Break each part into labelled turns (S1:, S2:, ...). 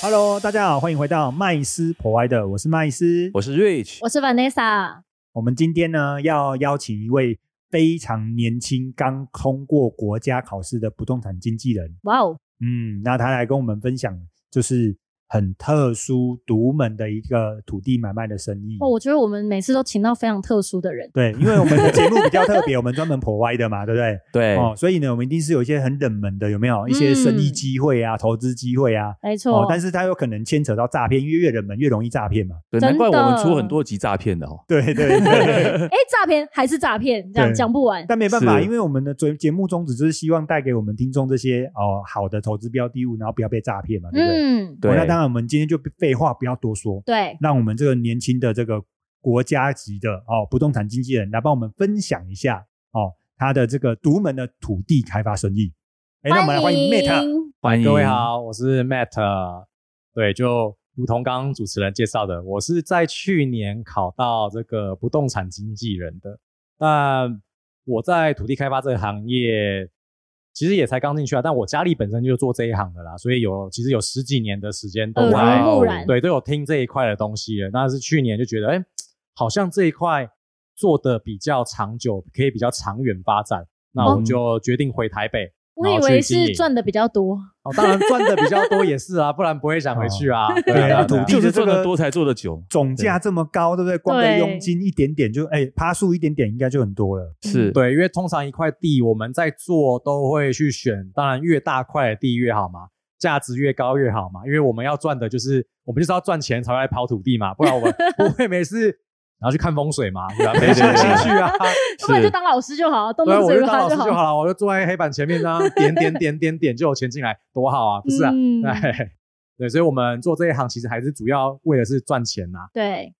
S1: Hello，大家好，欢迎回到麦斯 Provider，我是麦斯。
S2: 我是 Rich，
S3: 我是 Vanessa，
S1: 我们今天呢要邀请一位非常年轻、刚通过国家考试的不动产经纪人。
S3: 哇哦，
S1: 嗯，那他来跟我们分享，就是很特殊、独门的一个土地买卖的生意。
S3: 哦，我觉得我们每次都请到非常特殊的人，
S1: 对，因为我们的节目比较特别，我们专门 Provider 嘛，对不对？
S2: 对，
S1: 哦，所以呢，我们一定是有一些很冷门的，有没有一些生意
S3: 嗯
S1: 机会啊、投资机会啊？
S3: 没错。
S1: 哦，但 是它有可能牵扯到诈骗，因为越冷门越容易诈骗嘛。
S2: 对，
S3: 真
S2: 难
S3: 的
S2: 怪我们出很多集诈骗的哦。
S1: 对对对，
S3: 哎，诈骗还是诈骗，这样
S1: 对
S3: 讲不完。
S1: 但没办法，
S2: 是
S1: 因为我们的节节目宗旨就是希望带给我们听众这些哦好的投资标的物，然后不要被诈骗嘛，对不对？
S3: 嗯，
S2: 对，
S1: 哦那当然，我们今天就废话不要多说，
S3: 对，
S1: 让我们这个年轻的这个国家级的哦不动产经纪人来帮我们分享一下哦他的这个独门的土地开发生意。哎，那我们来欢迎 Meta。
S2: 欢迎
S4: 各位，好，我是 Matt。对，就如同刚刚主持人介绍的，我是在去年考到这个不动产经纪人的。但我在土地开发这个行业，其实也才刚进去啊。但我家里本身就做这一行的啦，所以有其实有十几年的时间都
S3: 耳
S4: 在、
S2: 哇
S3: 濡
S2: 哦
S3: 目染。
S4: 对，都有听这一块的东西了。那是去年就觉得，哎，好像这一块做的比较长久，可以比较长远发展。那我
S2: 哦
S4: 就决定回台北。
S3: 我以
S4: 然后
S3: 为
S4: 去经
S3: 是
S4: 营
S3: 赚的比较多，
S4: 哦，当然赚的比较多也是啊， 不然不会想回去啊。对
S1: 对
S4: 啊，
S1: 那
S4: 对
S1: 土
S4: 啊
S1: 地
S2: 就是
S1: 的这
S2: 赚
S1: 个
S2: 的多才做的久，
S1: 总价这么高，对不对？光个
S3: 对
S1: 佣金一点点就哎，趴数一点点应该就很多了。
S2: 是，
S4: 对，因为通常一块地我们在做都会去选，当然越大块的地越好嘛，价值越高越好嘛，因为我们要赚的就是我们就是要赚钱才会来跑土地嘛，不然我们不会每次 然后去看风水嘛，对吧？没
S2: 对对
S4: 兴 趣啊，
S3: 要不然就当老师就好，动
S4: 对啊，
S3: 动
S4: 我
S3: 嘴
S4: 就当
S3: 巴
S4: 老师
S3: 好
S4: 就。 好了，我就坐在黑板前面这样点点点点点就有钱进来，多好啊，不是啊？
S3: 嗯
S4: 对 对，所以我们做这一行其实还是主要为的是赚钱啊呐、
S3: 对，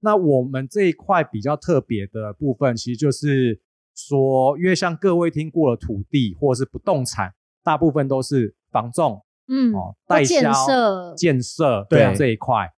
S4: 那我们这一块比较特别的部分，其实就是说，因为像各位听过的土地或者是不动产，大部分都是房仲
S3: 嗯，
S4: 哦、
S3: 或
S4: 代销、
S3: 建设，
S4: 建设
S1: 对
S4: 对这一块。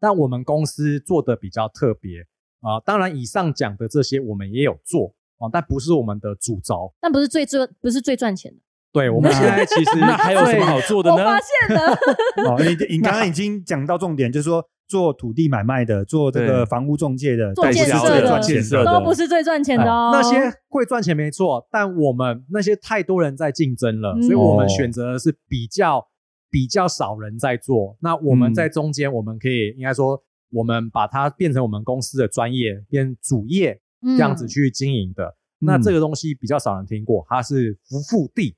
S4: 但我们公司做的比较特别啊、呃当然以上讲的这些我们也有做哦，但不是我们的主轴。
S3: 但不是最赚，不是最赚钱的。
S4: 对我们
S2: 那
S4: 现在其 实
S2: 那还有什么好做的
S3: 我
S2: 呢？
S3: 发现了，
S1: 哦，你你刚刚已经讲到重点，就是说做土地买卖的，做这个
S2: 对
S1: 房屋中介的，
S3: 做
S1: 代
S3: 建
S1: 销
S3: 设的
S1: 赚钱
S2: 建设的
S3: 都不是最赚钱的哦。
S4: 啊哎那些会赚钱没错，但我们那些太多人在竞争了，所以
S3: 嗯
S4: 我
S1: 哦
S4: 们选择的是比较比较少人在做。那我们
S2: 嗯
S4: 在中间，我们可以应该说，我们把它变成我们公司的专业，变主业
S3: 这
S4: 这样子去经营的。那这个东西比较少人听过，它是福复地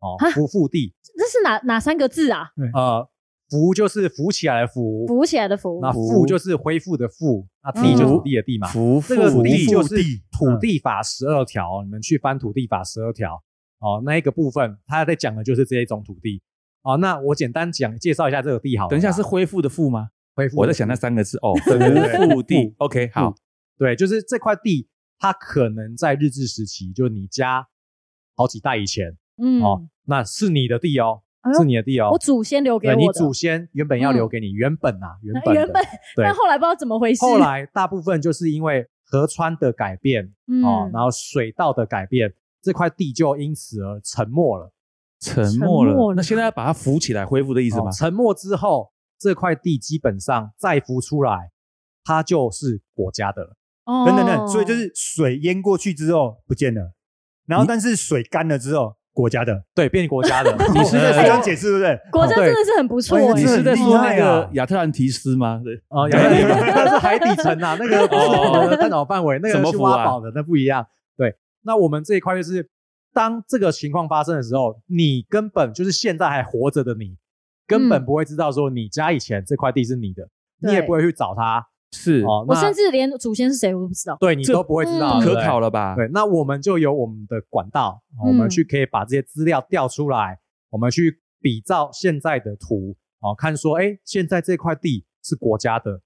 S4: 哦
S3: 啊，
S4: 福复地，
S3: 这是哪哪三个字啊？
S4: 呃，福就是浮起来的福，
S3: 扶起来的扶。
S4: 那
S2: 福
S4: 复就是恢复的复，那地
S3: 嗯
S4: 就是土地的地嘛，
S2: 福
S4: 这个
S2: 福
S4: 地
S2: 利
S4: 就是
S1: 土地
S4: 土
S2: 嗯
S4: 地法十二条，你们去翻土地法十二条哦，那一个部分他在讲的就是这一种土地哦。那我简单讲介绍一下这个地好了啦。
S2: 哦等一下是恢复的复吗？
S4: 恢复，
S2: 我在想那三个字哦，
S4: 对对嗯对
S2: 福复地
S4: 复
S2: ，OK，好，
S4: 对，就是这块地，它可能在日治时期，就是你家好几代以前
S3: 嗯，
S4: 哦，那是你的地哦
S3: 哎，呦
S4: 是你的地哦，
S3: 我祖先留给
S4: 对
S3: 我的。嗯
S4: 你祖先原本要留给你，原本啊，原本的
S3: 原本
S4: 对
S3: 但，后来不知道怎么回事。
S4: 后来大部分就是因为河川的改变
S3: 嗯，
S4: 哦，然后水道的改变，这块地就因此而沉没了。
S2: 沉默
S3: 沉默
S2: 了。
S3: 了
S2: 那现在要把它扶起来，恢复的意思吗
S4: 哦？沉没之后，这块地基本上再浮出来，它就是国家的了。
S3: 哦
S1: 等等等，所以就是水淹过去之后不见了，然后但是水干了之后国家的，
S4: 对，变国家的。呃
S2: 你是在
S1: 这
S2: 说
S1: 样解释对不对？
S3: 国家
S4: 哦对
S3: 真的是很不错
S1: 哎
S3: 哎
S2: 你
S1: 这
S2: 是
S1: 很
S2: 在说
S1: 厉
S2: 那
S1: 害
S2: 个
S1: 啊
S2: 亚特兰提斯吗？对
S4: 哦，亚太地区那是海底城啊，那个不是我们的探讨范围，那
S2: 怎么
S4: 个去
S2: 浮啊
S4: 挖宝的，那不一样。对，那我们这一块就是，当这个情况发生的时候，你根本就是现在还活着的你，根本
S3: 嗯
S4: 不会知道说你家以前这块地是你的，你也
S3: 对
S4: 不会去找它。
S2: 是，
S4: 哦，
S3: 我
S4: 那
S3: 甚至连祖先是谁我都不知道。
S4: 对你
S2: 这
S4: 都不会知道，
S2: 不
S3: 嗯
S4: 对
S2: 可
S4: 不对
S2: 哦考了吧？
S4: 对，那我们就有我们的管道，哦
S3: 嗯
S4: 我们去可以把这些资料调出来，我们去比照现在的图，哦，看说，哎，现在这块地是国家的，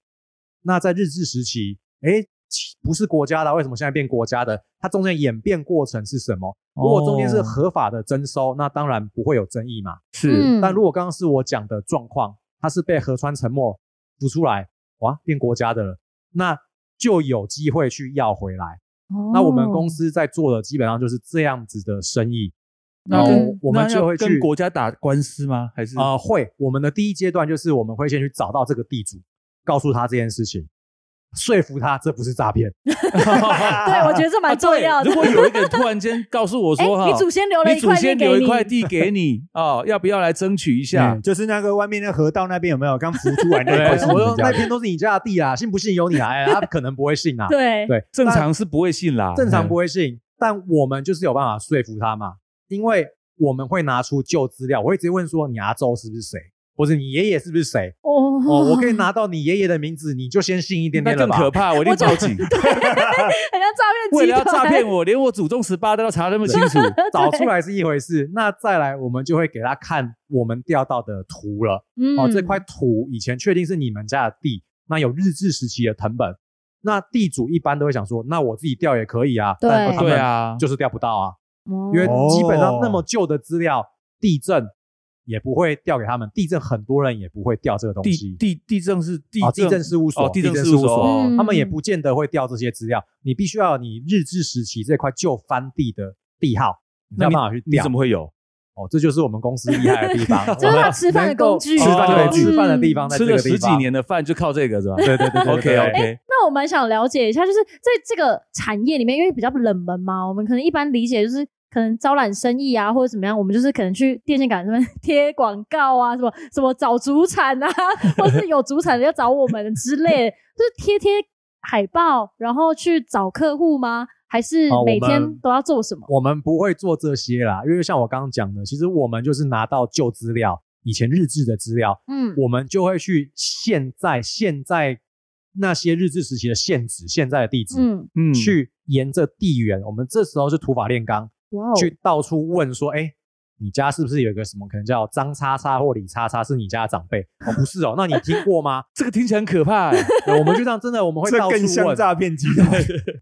S4: 那在日治时期，哎，其不是国家的，为什么现在变国家的？它中间演变过程是什么？如果中间是
S2: 哦
S4: 合法的征收，那当然不会有争议嘛。
S3: 嗯
S2: 是，
S4: 但如果刚刚是我讲的状况，它是被河川沉没浮出来，哇，变国家的了，那就有机会去要回来。
S3: 哦
S4: 那我们公
S3: 司
S4: 司在做的基本上就是这样子的生意，
S2: 那
S4: 然后
S3: 嗯
S4: 我们
S2: 那
S4: 就
S2: 要
S4: 会去
S2: 跟国家打官司吗？还是
S4: 啊、会，我们的第一阶段就是我们会先去找到这个地主，告诉他这件事情，说服他这不是诈骗。
S3: 对我觉得这蛮重要的
S2: 啊如。果有一个人突然间告诉我
S3: 哎
S2: 说，哈，
S3: 你祖先留了
S2: 你
S3: 一
S2: 祖
S3: 块地
S2: 先
S3: 给
S2: 留一
S3: 你，
S2: 块地给 你哦，要不要来争取一下
S1: 嗯？就是那个外面那河道那边有没有刚浮出来那一
S4: 对
S1: 块是，你
S4: 我说
S1: 们家
S4: 那
S1: 的？
S4: 片都是你家的地啊，信不信由你啊，哎他可能不会信啊。
S3: 对，
S4: 对，
S2: 正常是不会信啦，
S4: 正常不
S2: 会。
S4: 会信，但我们就是有办法说服他嘛，因为我们会拿出旧资料，我会直接问说你阿周是不是谁，或者你爷爷是不是谁？
S3: 哦，
S4: 哦，我可以拿到你爷爷的名字，你就先信一点
S2: 那
S4: 点了
S2: 更
S4: 吧。
S2: 可怕，我一定
S3: 我就
S2: 报警。
S3: 很像诈骗集团，
S2: 为了要诈骗我，连我祖宗十八代都查那么清 楚。
S4: 找出来是一回事，那再来我们就会给他看我们调到的图了。
S3: 嗯
S4: 哦，这块土以前确定是你们家的地，那有日治时期的藤本，那地主一般都会想说，那我自己调也可以啊，
S3: 对
S4: 但他
S2: 对
S4: 们
S2: 啊，
S4: 就是调不到啊，
S3: 哦
S4: 因为基本上那
S2: 哦
S4: 么旧的资料，地震也不会调给他们，地震很多人也不会调这个东
S2: 地
S4: 西，
S2: 地地震是地
S4: 哦地震事务所
S2: 哦，地震
S4: 地震
S2: 事务
S4: 事务所
S2: 所哦
S3: 嗯
S4: 他们也不见得会调这些资料，你必须要有你日治时期这块旧番地的地号，你
S2: 那
S4: 才有办法去
S2: 你
S4: 调
S2: 怎。么会有？
S4: 哦，这就是我们公司厉害的 地方，
S3: 这是他吃饭的工具
S4: 我们能够
S2: 哦
S4: 吃饭对吃饭的地方，在
S2: 吃
S4: 这
S2: 了
S4: 个地
S2: 十几
S4: 方。
S2: 年的饭就靠这个是吧？
S4: 对对对 对
S2: OK
S4: 对
S2: OK，
S3: 那我蛮想了解一下，就是在这个产业里面，因为比较冷门嘛，我们可能一般理解就是可能招揽生意啊，或者怎么样，我们就是可能去电线杆上面 贴广告啊，什么什么找主产啊， 或是有主产的要找我们之类的，就是贴贴海报，然后去找客户吗？还是
S4: 哦我
S3: 每天
S4: 们
S3: 都要做什么？
S4: 我们不会做这些啦，因为像我刚刚讲的，其实我们就是拿到旧资料，以前日志的资料，
S3: 嗯，
S4: 我们就会去现在现在那些日治时期的现址、现在的地址，
S3: 嗯，
S2: 嗯，
S4: 去沿着地缘，我们这时候是土法炼钢，
S3: 哇哦，
S4: 去到处问说，哎。你家是不是有一个什么可能叫张叉叉或李叉叉是你家的长辈？哦，不是哦，那你听 过吗？
S2: 这个听起来很可怕 欸。
S4: 对我们就这样，真的我们会
S1: 这
S4: 到处
S1: 更像
S4: 问，
S1: 诈骗集团。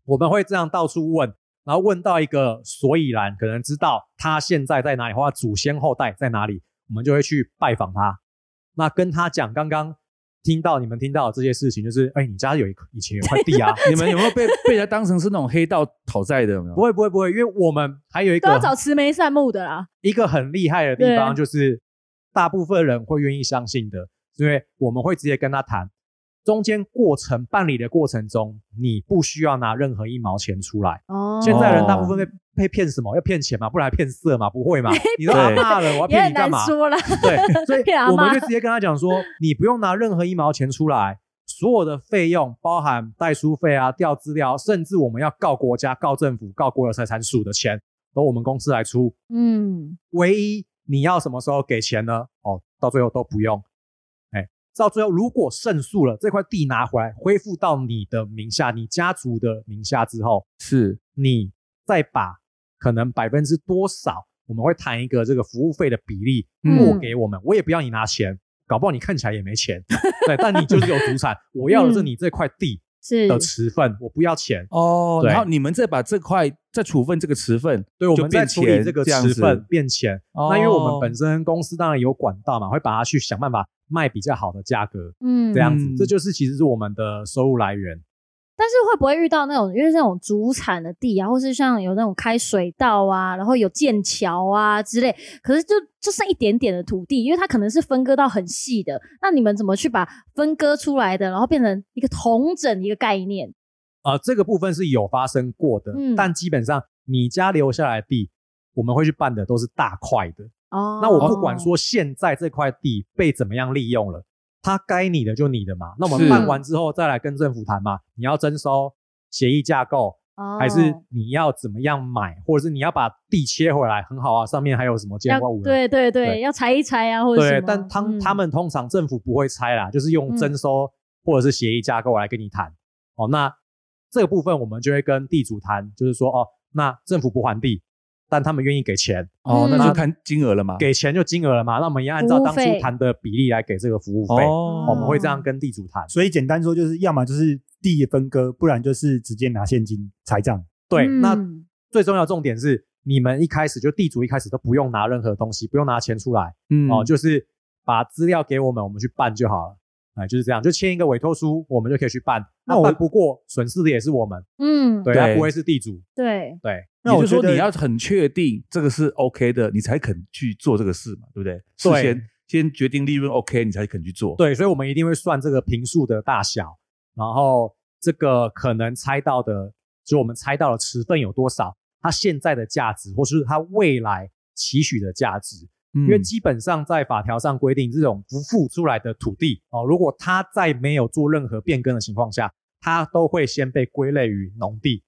S4: 我们会这样到处问，然后问到一个所以然，可能知道他现在在哪里，或他祖先后代在哪里，我们就会去拜访他。那跟他讲刚刚听到你们听到的这些事情，就是哎，你家有一以前有块 地啊，
S2: 你们有没有被被人家当成是那种黑道讨债的？有没有
S4: 不？会不会不会，因为我们还有一
S3: 都要找
S4: 个
S3: 慈眉善目的啦。
S4: 一个很厉害的地方，
S3: 对
S4: 就是大部分人会愿意相信的，因为我们会直接跟他谈。中间过程办理的过程中，你不需要拿任何一毛钱出来。
S3: 哦，
S4: 现在人大
S2: 哦
S4: 部分被被骗什么？要骗钱嘛，不然还骗色嘛？不 会嘛？你都阿
S2: 对
S4: 骂了，我
S3: 也
S4: 要骗
S3: 很
S4: 你干
S3: 难
S4: 嘛？
S3: 说啦。
S4: 对，所以
S3: 骗阿
S4: 我们
S3: 嬷
S4: 就直接跟他讲说，你不用拿任何一毛钱出来，所有的费用包含代书费啊、调资料，甚至我们要告国家、告政府、告国有财产署的钱，都我们公司来出。
S3: 嗯，
S4: 唯一你要什么时候给钱呢？哦，到最后都不用。哎，到最后如果胜诉了，这块地拿回来，恢复到你的名下、你家族的名下之后，
S2: 是
S4: 你再把可能百分之多少，我们会谈一个这个服务费的比例
S2: 嗯
S4: 过给我们，我也不要你拿钱，搞不好你看起来也 没钱，对，但你就是有主
S2: 嗯
S4: 产，我要的是你这块地
S3: 是
S4: 的持份，我不要钱，
S2: 哦，
S4: 对
S2: 然后你们再把这块再处分这个持份，
S4: 对，我
S2: 就
S4: 们在
S2: 变
S4: 处理
S2: 钱
S4: 这个
S2: 样
S4: 持
S2: 子。
S4: 份变钱，那因为我
S2: 哦
S4: 们本身公司当然有管道嘛，会把它去想办法卖比较好的价格，
S3: 嗯
S4: 这样子
S2: 嗯，
S4: 这就是其实是我们的收入来源。
S3: 但是会不会遇到那种，因为那种主产的地啊，或是像有那种开水道啊，然后有剑桥啊之类，可是就就剩一点点的土地，因为它可能是分割到很细的。那你们怎么去把分割出来的，然后变成一个同整一个概念？
S4: 啊，这个部分是有发生过的，
S3: 嗯
S4: 但基本上你家留下来的地，我们会去办的都是大块的。
S3: 哦，
S4: 那我不管说现在这块地被怎么样利用了，它该你的就你的嘛。那我们
S2: 是
S4: 办完之后再来跟政府谈嘛，你要征收协议架构，
S3: 哦，
S4: 还是你要怎么样买，或者是你要把地切回来，很好啊。上面还有什么建
S3: 要
S4: 挂物的？
S3: 对对对，
S4: 对
S3: 要拆一拆啊，或者什
S4: 对
S3: 么，
S4: 但他
S3: 嗯
S4: 他们通常政府不会拆啦，就是用
S3: 嗯
S4: 征收或者是协议架构来跟你谈。哦，那这个部分我们就会跟地主谈，就是说哦，那政府不还地，但他们愿意给钱，
S2: 哦，那就
S3: 嗯
S2: 看金额了嘛。
S4: 给钱就金额了嘛，那我们也按照
S3: 服务
S4: 当初
S3: 费
S4: 谈的比例来给这个服务费，我
S2: 哦
S4: 们会这样跟地主谈。
S1: 所以简单说就是，要么就是地分割，不然就是直接拿现金拆账。
S4: 对，那
S3: 嗯
S4: 最重要的重点是，你们一开始就地主一开始都不用拿任何东西，不用拿钱出来、
S2: 嗯
S4: 哦，就是把资料给我们，我们去办就好了。哎，就是这样，就签一个委托书，我们就可以去办。
S1: 那
S4: 那
S1: 我
S4: 办不过，损失的也是我们，
S3: 嗯，
S4: 对，
S2: 对
S4: 他不会是地主，
S3: 对，
S4: 对，
S1: 那
S2: 也
S1: 我
S2: 就是
S1: 觉
S2: 说
S1: 得
S2: 你要很确定这个是 OK 的，你才肯去做这个事嘛，对不对？事
S4: 对
S2: 先先决定利润 OK，你才肯去做。，
S4: 对，所以我们一定会算这个平数的大小，然后这个可能猜到的，就我们猜到的持份有多少，它现在的价值，或是它未来期许的价值。
S2: 因
S4: 因为基本上在法条上规定，这种不付出来的土地哦，如果它在没有做任何变更的情况下，它都会先被归类于农地。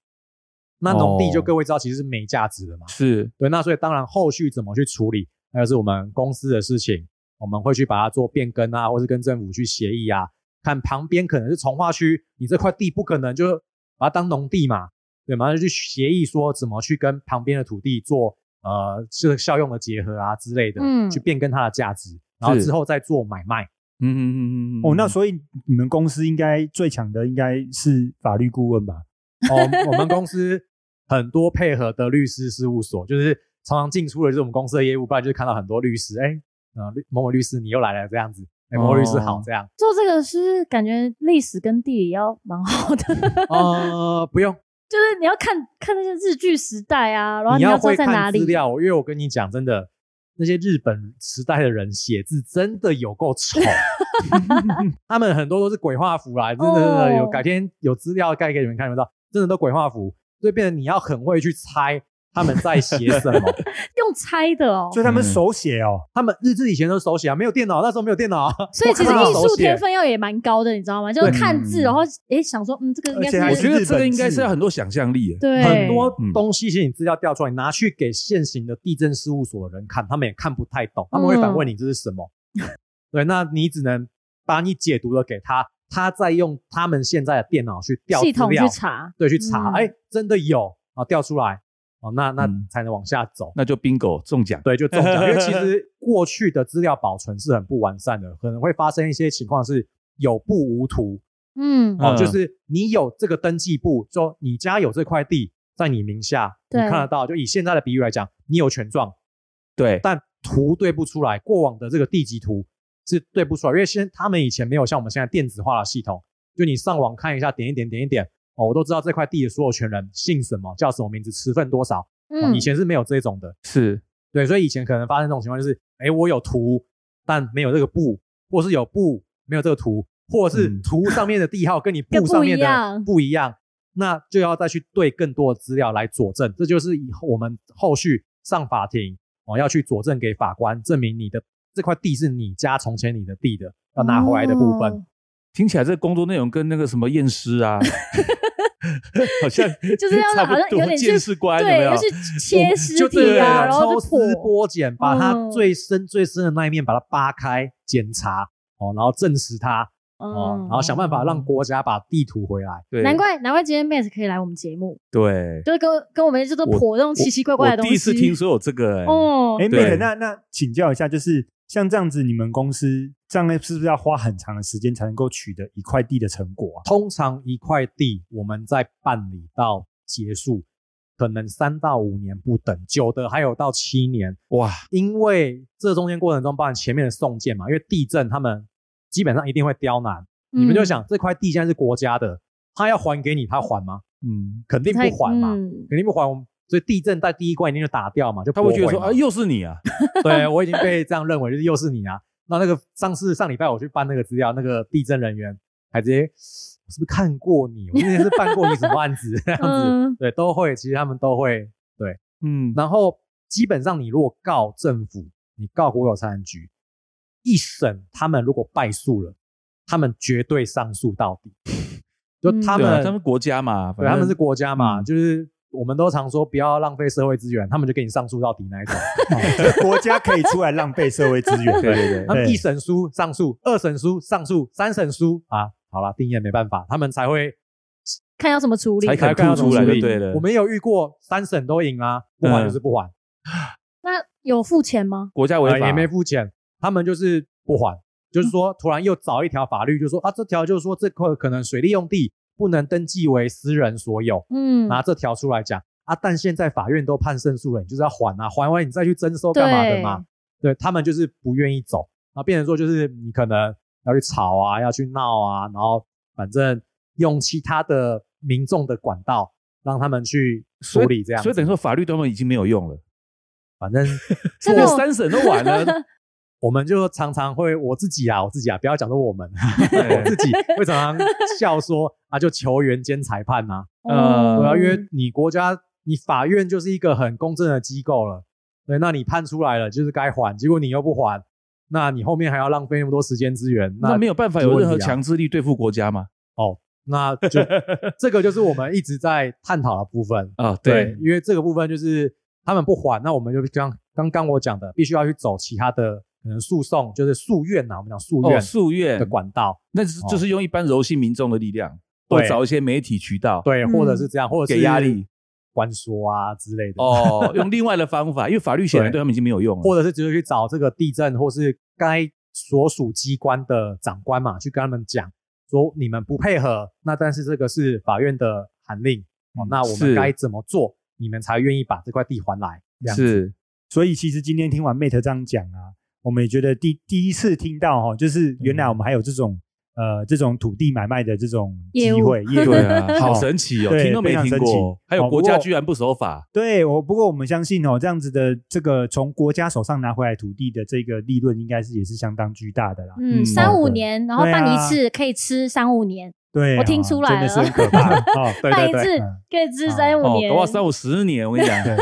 S4: 那农地就
S2: 哦
S4: 各位知道，其实是没价值的嘛。
S2: 是
S4: 对，那所以当然后续怎么去处理，那就是我们公司的事情，我们会去把它做变更啊，或是跟政府去协议啊，看旁边可能是从化区，你这块地不可能就把它当农地嘛，对嘛，那就去协议说怎么去跟旁边的土地做呃这个效用的结合啊之类的，
S3: 嗯
S4: 去变更它的价值，然后
S2: 是
S4: 之后再做买卖。
S2: 嗯嗯嗯嗯嗯
S1: 哦，那所以你们公司应该最强的应该是法律顾问吧？
S4: 哦，我们公司很多配合的律师事务所，就是常常进出的就是我们公司的业务，不然就是看到很多律师，哎，呃，律某某律师你又来了这样子，哎，某某律师好
S2: 哦
S4: 这样，
S3: 做这个是感觉历史跟地理要蛮好的，
S4: 呃，不用，
S3: 就是你要看看那些日剧时代啊，然后
S4: 你
S3: 要知道
S4: 会
S3: 在哪
S4: 看
S3: 里
S4: 资。料，因为我跟你讲，真的。那些日本时代的人写字真的有够 丑，他们很多都是鬼画符啦，真的真的有
S3: 哦
S4: 改天有资料盖给你们看得到，真的都鬼画符，所以变成你要很会去猜他们在写什么，
S3: 用猜的哦，
S1: 所以他们
S2: 嗯
S1: 手写哦，
S4: 他们日志以前都手写啊，没有电脑，那时候没有电脑、啊，
S3: 所以其实
S4: 我靠
S3: 艺术天
S4: 手
S3: 分要也蛮高的，你知道吗？就是
S2: 对
S3: 看字，
S2: 嗯
S3: 然后诶想说，嗯，这个应该
S1: 而且还
S2: 我
S1: 是
S2: 觉
S3: 是
S2: 得这个应该是要很多想象力耶。
S3: 对
S4: 写很多
S2: 嗯
S4: 东西，其实你资料调出来，拿去给现行的地震事务所的人看，他们也看不太懂，他们会反问你这是什么。
S3: 嗯
S4: 对，那你只能把你解读的给他，他再用他们现在的电脑去调
S3: 系
S4: 资
S3: 统去
S4: 料，
S3: 查，
S4: 对，去查，
S3: 嗯
S4: 哎、真的有啊，调出来，哦，那那
S2: 嗯
S4: 才能往下走。
S2: 那就 bingo 中奖。
S4: 对，就中奖，因为其实过去的资料保存是很不完善的，可能会发生一些情况是有簿无图，
S3: 嗯，
S4: 哦，就
S2: 嗯
S4: 是你有这个登记簿，说你家有这块地在你名下，你
S3: 对
S4: 看得到。就以现在的比喻来讲，你有权状，
S2: 对，
S4: 但图对不出来，过往的这个地籍图是对不出来，因为先他们以前没有像我们现在电子化的系统，就你上网看一下，点一点，点一点。哦，我都知道这块地的所有权人姓什么，叫什么名字，持份多少。哦
S3: 嗯
S4: 以前是没有这种的，
S2: 是
S4: 对，所以以前可能发生这种情况，就是哎，诶我有图，但没有这个布，或是有布没有这个图，或者是
S2: 嗯
S4: 图上面的地号跟你
S3: 跟
S4: 布
S3: 不
S4: 上面
S3: 一
S4: 的
S3: 样
S4: 不一样，那就要再去对更多的资料来佐证。这就是以后我们后续上法庭哦，要去佐证给法官，证明你的这块地是你家从前你的地的，要拿回来的部分。
S3: 哦
S2: 听起来这工作内容跟那个什么验尸啊，好像
S3: 就是要
S2: 差不
S3: 好像
S2: 多
S3: 有点去
S2: 见识观，有没
S3: 对，
S2: 有
S3: 要去切尸
S4: 就
S3: 体
S4: 对
S3: 啊，然后
S4: 抽
S3: 就
S4: 丝
S3: 破，
S4: 剥茧，把它
S3: 嗯
S4: 最深最深的那一面把它扒开检查哦，然后证实它。哦，然后想办法让国家把地图回来。
S2: 对，
S3: 嗯难怪难怪今天 Matt 可以来我们节目，
S2: 对。
S3: 就是跟跟我们这都破那种奇奇怪怪
S2: 我
S3: 的东西。
S2: 第一次听说有这个，哎，
S3: 哦，
S1: 哎
S2: 对
S1: m 那那请教一下，就是像这样子，你们公司这样是不是要花很长的时间才能够取得一块地的成 果啊？
S4: 通常一块地我们在办理到结束，可能三到五年不等，久的还有到七年，
S2: 哇，
S4: 因为这中间过程中，包含前面的送件嘛，因为地震他们基本上一定会刁难。
S2: 嗯
S4: 你
S3: 嗯
S4: 们就想，这块地现在是国家的，他要还给你，他还吗？
S2: 嗯，
S4: 肯定不还嘛，
S3: 嗯
S4: 肯定不还。我们所以地震在第一关一定就打掉嘛，就
S2: 他会
S4: 驳
S2: 觉得
S4: 回
S2: 说，
S4: 嘛
S2: 啊，又是你啊，
S4: 对我已经被这样认为，就是又是你啊。那那个上次上礼拜我去办那个资料，那个地震人员还直接，我是不是看过你？我之前是办过你什么案子？ 这样子，
S3: 嗯
S4: 对，都会，其实他们都会。
S2: 嗯，
S4: 然后基本上你如果告政府，你告国有财产局，一审他们如果败诉了，他们绝对上诉到底，就
S3: 嗯
S4: 他
S2: 对
S4: 们、
S2: 啊他们国家嘛，
S4: 对，
S2: 反
S4: 他们
S2: 正
S4: 是国家嘛，
S2: 嗯
S4: 就是我们都常说不要浪费社会资源，他们就给你上诉到底那一 种。
S1: 国家可以出来浪费社会资源，
S2: 对对
S4: 他
S2: 对，
S4: 们
S1: 对
S4: 一审书上诉，二审书上诉，三审书啊，好啦，定谳没办法，他们才会
S3: 看要怎么处理
S2: 才。肯
S4: 大概要
S2: 吐出来
S4: 怎么处理
S2: 就对了
S4: 我们也有遇过三审都赢啊，不还就是不还，
S3: 那有付钱吗？
S2: 国家
S4: 呃
S2: 违法
S4: 也没付钱，他们就是不还，就是说突然又找一条法律，就说啊这条就是说这块可能水利用地不能登记为私人所有，
S3: 嗯，
S4: 拿这条出来讲啊，但现在法院都判胜诉了，你就是要还啊，还完你再去征收干嘛的嘛？对他们就是不愿意走，然后变成说就是你可能要去吵啊，要去闹啊，然后反正用其他的民众的管道让他们去处
S2: 所以
S4: 理这样子
S2: 所以等于说法律对他们已经没有用了，
S4: 反正
S3: 真的哦
S2: 我
S3: 我
S2: 三审都完 了，
S4: 我们就常常会我自己啊，我自己啊，不要讲说 我们，
S2: 对
S4: 我自己会常常笑说啊，就球员兼裁判呐、
S2: 呃
S4: 啊，
S3: 哦
S4: 对啊，因为你国家你法院就是一个很公正的机构了，对，那你判出来了就是该还，结果你又不还，那你后面还要浪费那么多时间资源，那
S2: 那没有办法有任何强制力对付国家嘛？
S4: 那 就这个就是我们一直在探讨的部分，
S2: 啊，
S4: 哦对，，因为这个部分就是他们不还，那我们就刚刚刚我讲的，必须要去走其他的可能诉讼，就是诉愿啊呐、我们讲诉
S2: 哦，
S4: 愿。
S2: 诉愿
S4: 的管道，
S2: 那是
S4: 哦
S2: 就是用一般柔性民众的力量，
S4: 对
S2: 或找一些媒体渠道，，
S4: 对，
S3: 嗯
S4: 或者是这样，或者是
S2: 给压力、
S4: 关说啊之类的，
S2: 哦，用另外的方法，因为法律显然
S4: 对
S2: 对他们已经没有用了，
S4: 或者是直接去找这个地震或是该所属机关的长官嘛，去跟他们讲说你们不配合，那但是这个是法院的函令，哦，那我
S2: 嗯是
S4: 们该怎么做，你们才愿意把这块地还来？这样
S2: 是
S1: 所以其实今天听完 Mate 这样讲啊，我们也觉得第第一次听到哈、哦，就是原
S2: 嗯
S1: 来我们还有这种、呃这种土地买卖的这种机会业务。
S2: 对啊，好
S1: 哦
S2: 神奇哦，
S1: 对
S2: 听都没
S1: 非常
S2: 听
S1: 神
S2: 过
S1: 奇。
S2: 还有
S1: 哦
S2: 国
S1: 不
S2: 家
S1: 过
S2: 居然不守法，
S1: 对我，不过我们相信哦，这样子的这个从国家手上拿回来土地的这个利润，应该是也是相当巨大的啦。
S3: 嗯
S2: 嗯
S3: 三
S1: 哦
S3: 五
S1: 对
S3: 年，然后
S1: 对
S3: 办一
S1: 啊
S3: 次可以吃三五年，
S1: 对，
S3: 我听出来
S1: 哦
S3: 了
S1: 真的是很可 怕哦。对
S3: 办一
S1: 对
S3: 次
S1: 对，嗯
S3: 可以吃
S1: 啊
S3: 三五
S2: 哦，
S3: 年
S2: 搞不。好三五十年，我跟你讲，
S1: 对，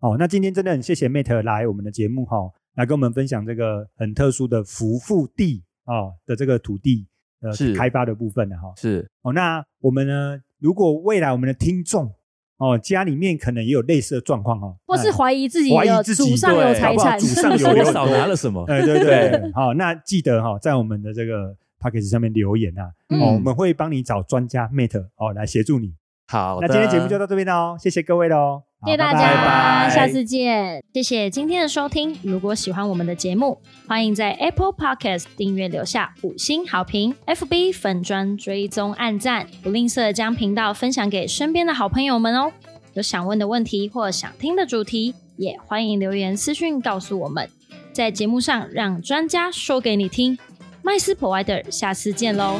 S1: 哦，那今天真的很谢谢 Mate 来我们的节目哈、来跟我们分享这个很特殊的福富地啊、哦、的这个土地呃
S2: 是
S1: 开发的部分的哈、
S2: 是
S1: 哦，那我们呢，如果未来我们的听众哦家里面可能也有类似的状况哦，
S3: 或是
S1: 那
S3: 怀疑自己
S1: 怀疑
S3: 有
S1: 自
S3: 祖
S1: 己
S3: 上有
S2: 对
S3: 财
S1: 搞不好
S3: 产，
S1: 祖 上有
S2: 我
S1: 有
S2: 少拿了什么？
S1: 哎 对
S2: 对
S1: 对，好，那记得哈、在我们的这个 p a c k a g e 上面留言啊，哦，
S2: 嗯
S1: 我们会帮你找专家 Mate 哦来协助你。
S2: 好的，
S1: 那今天节目就到这边喽，谢谢各位喽，好
S3: 谢谢
S1: 拜
S3: 大
S1: 拜
S3: 家，
S2: 拜
S3: 下次见。谢谢今天的收听。如果喜欢我们的节目，欢迎在 Apple Podcast 订阅留下五星好评，FB 粉砖追踪按赞，不吝啬将频道分享给身边的好朋友们哦。有想问的问题或想听的主题，也欢迎留言私讯告诉我们，在节目上让专家说给你听。麦斯 Provider，下次见喽。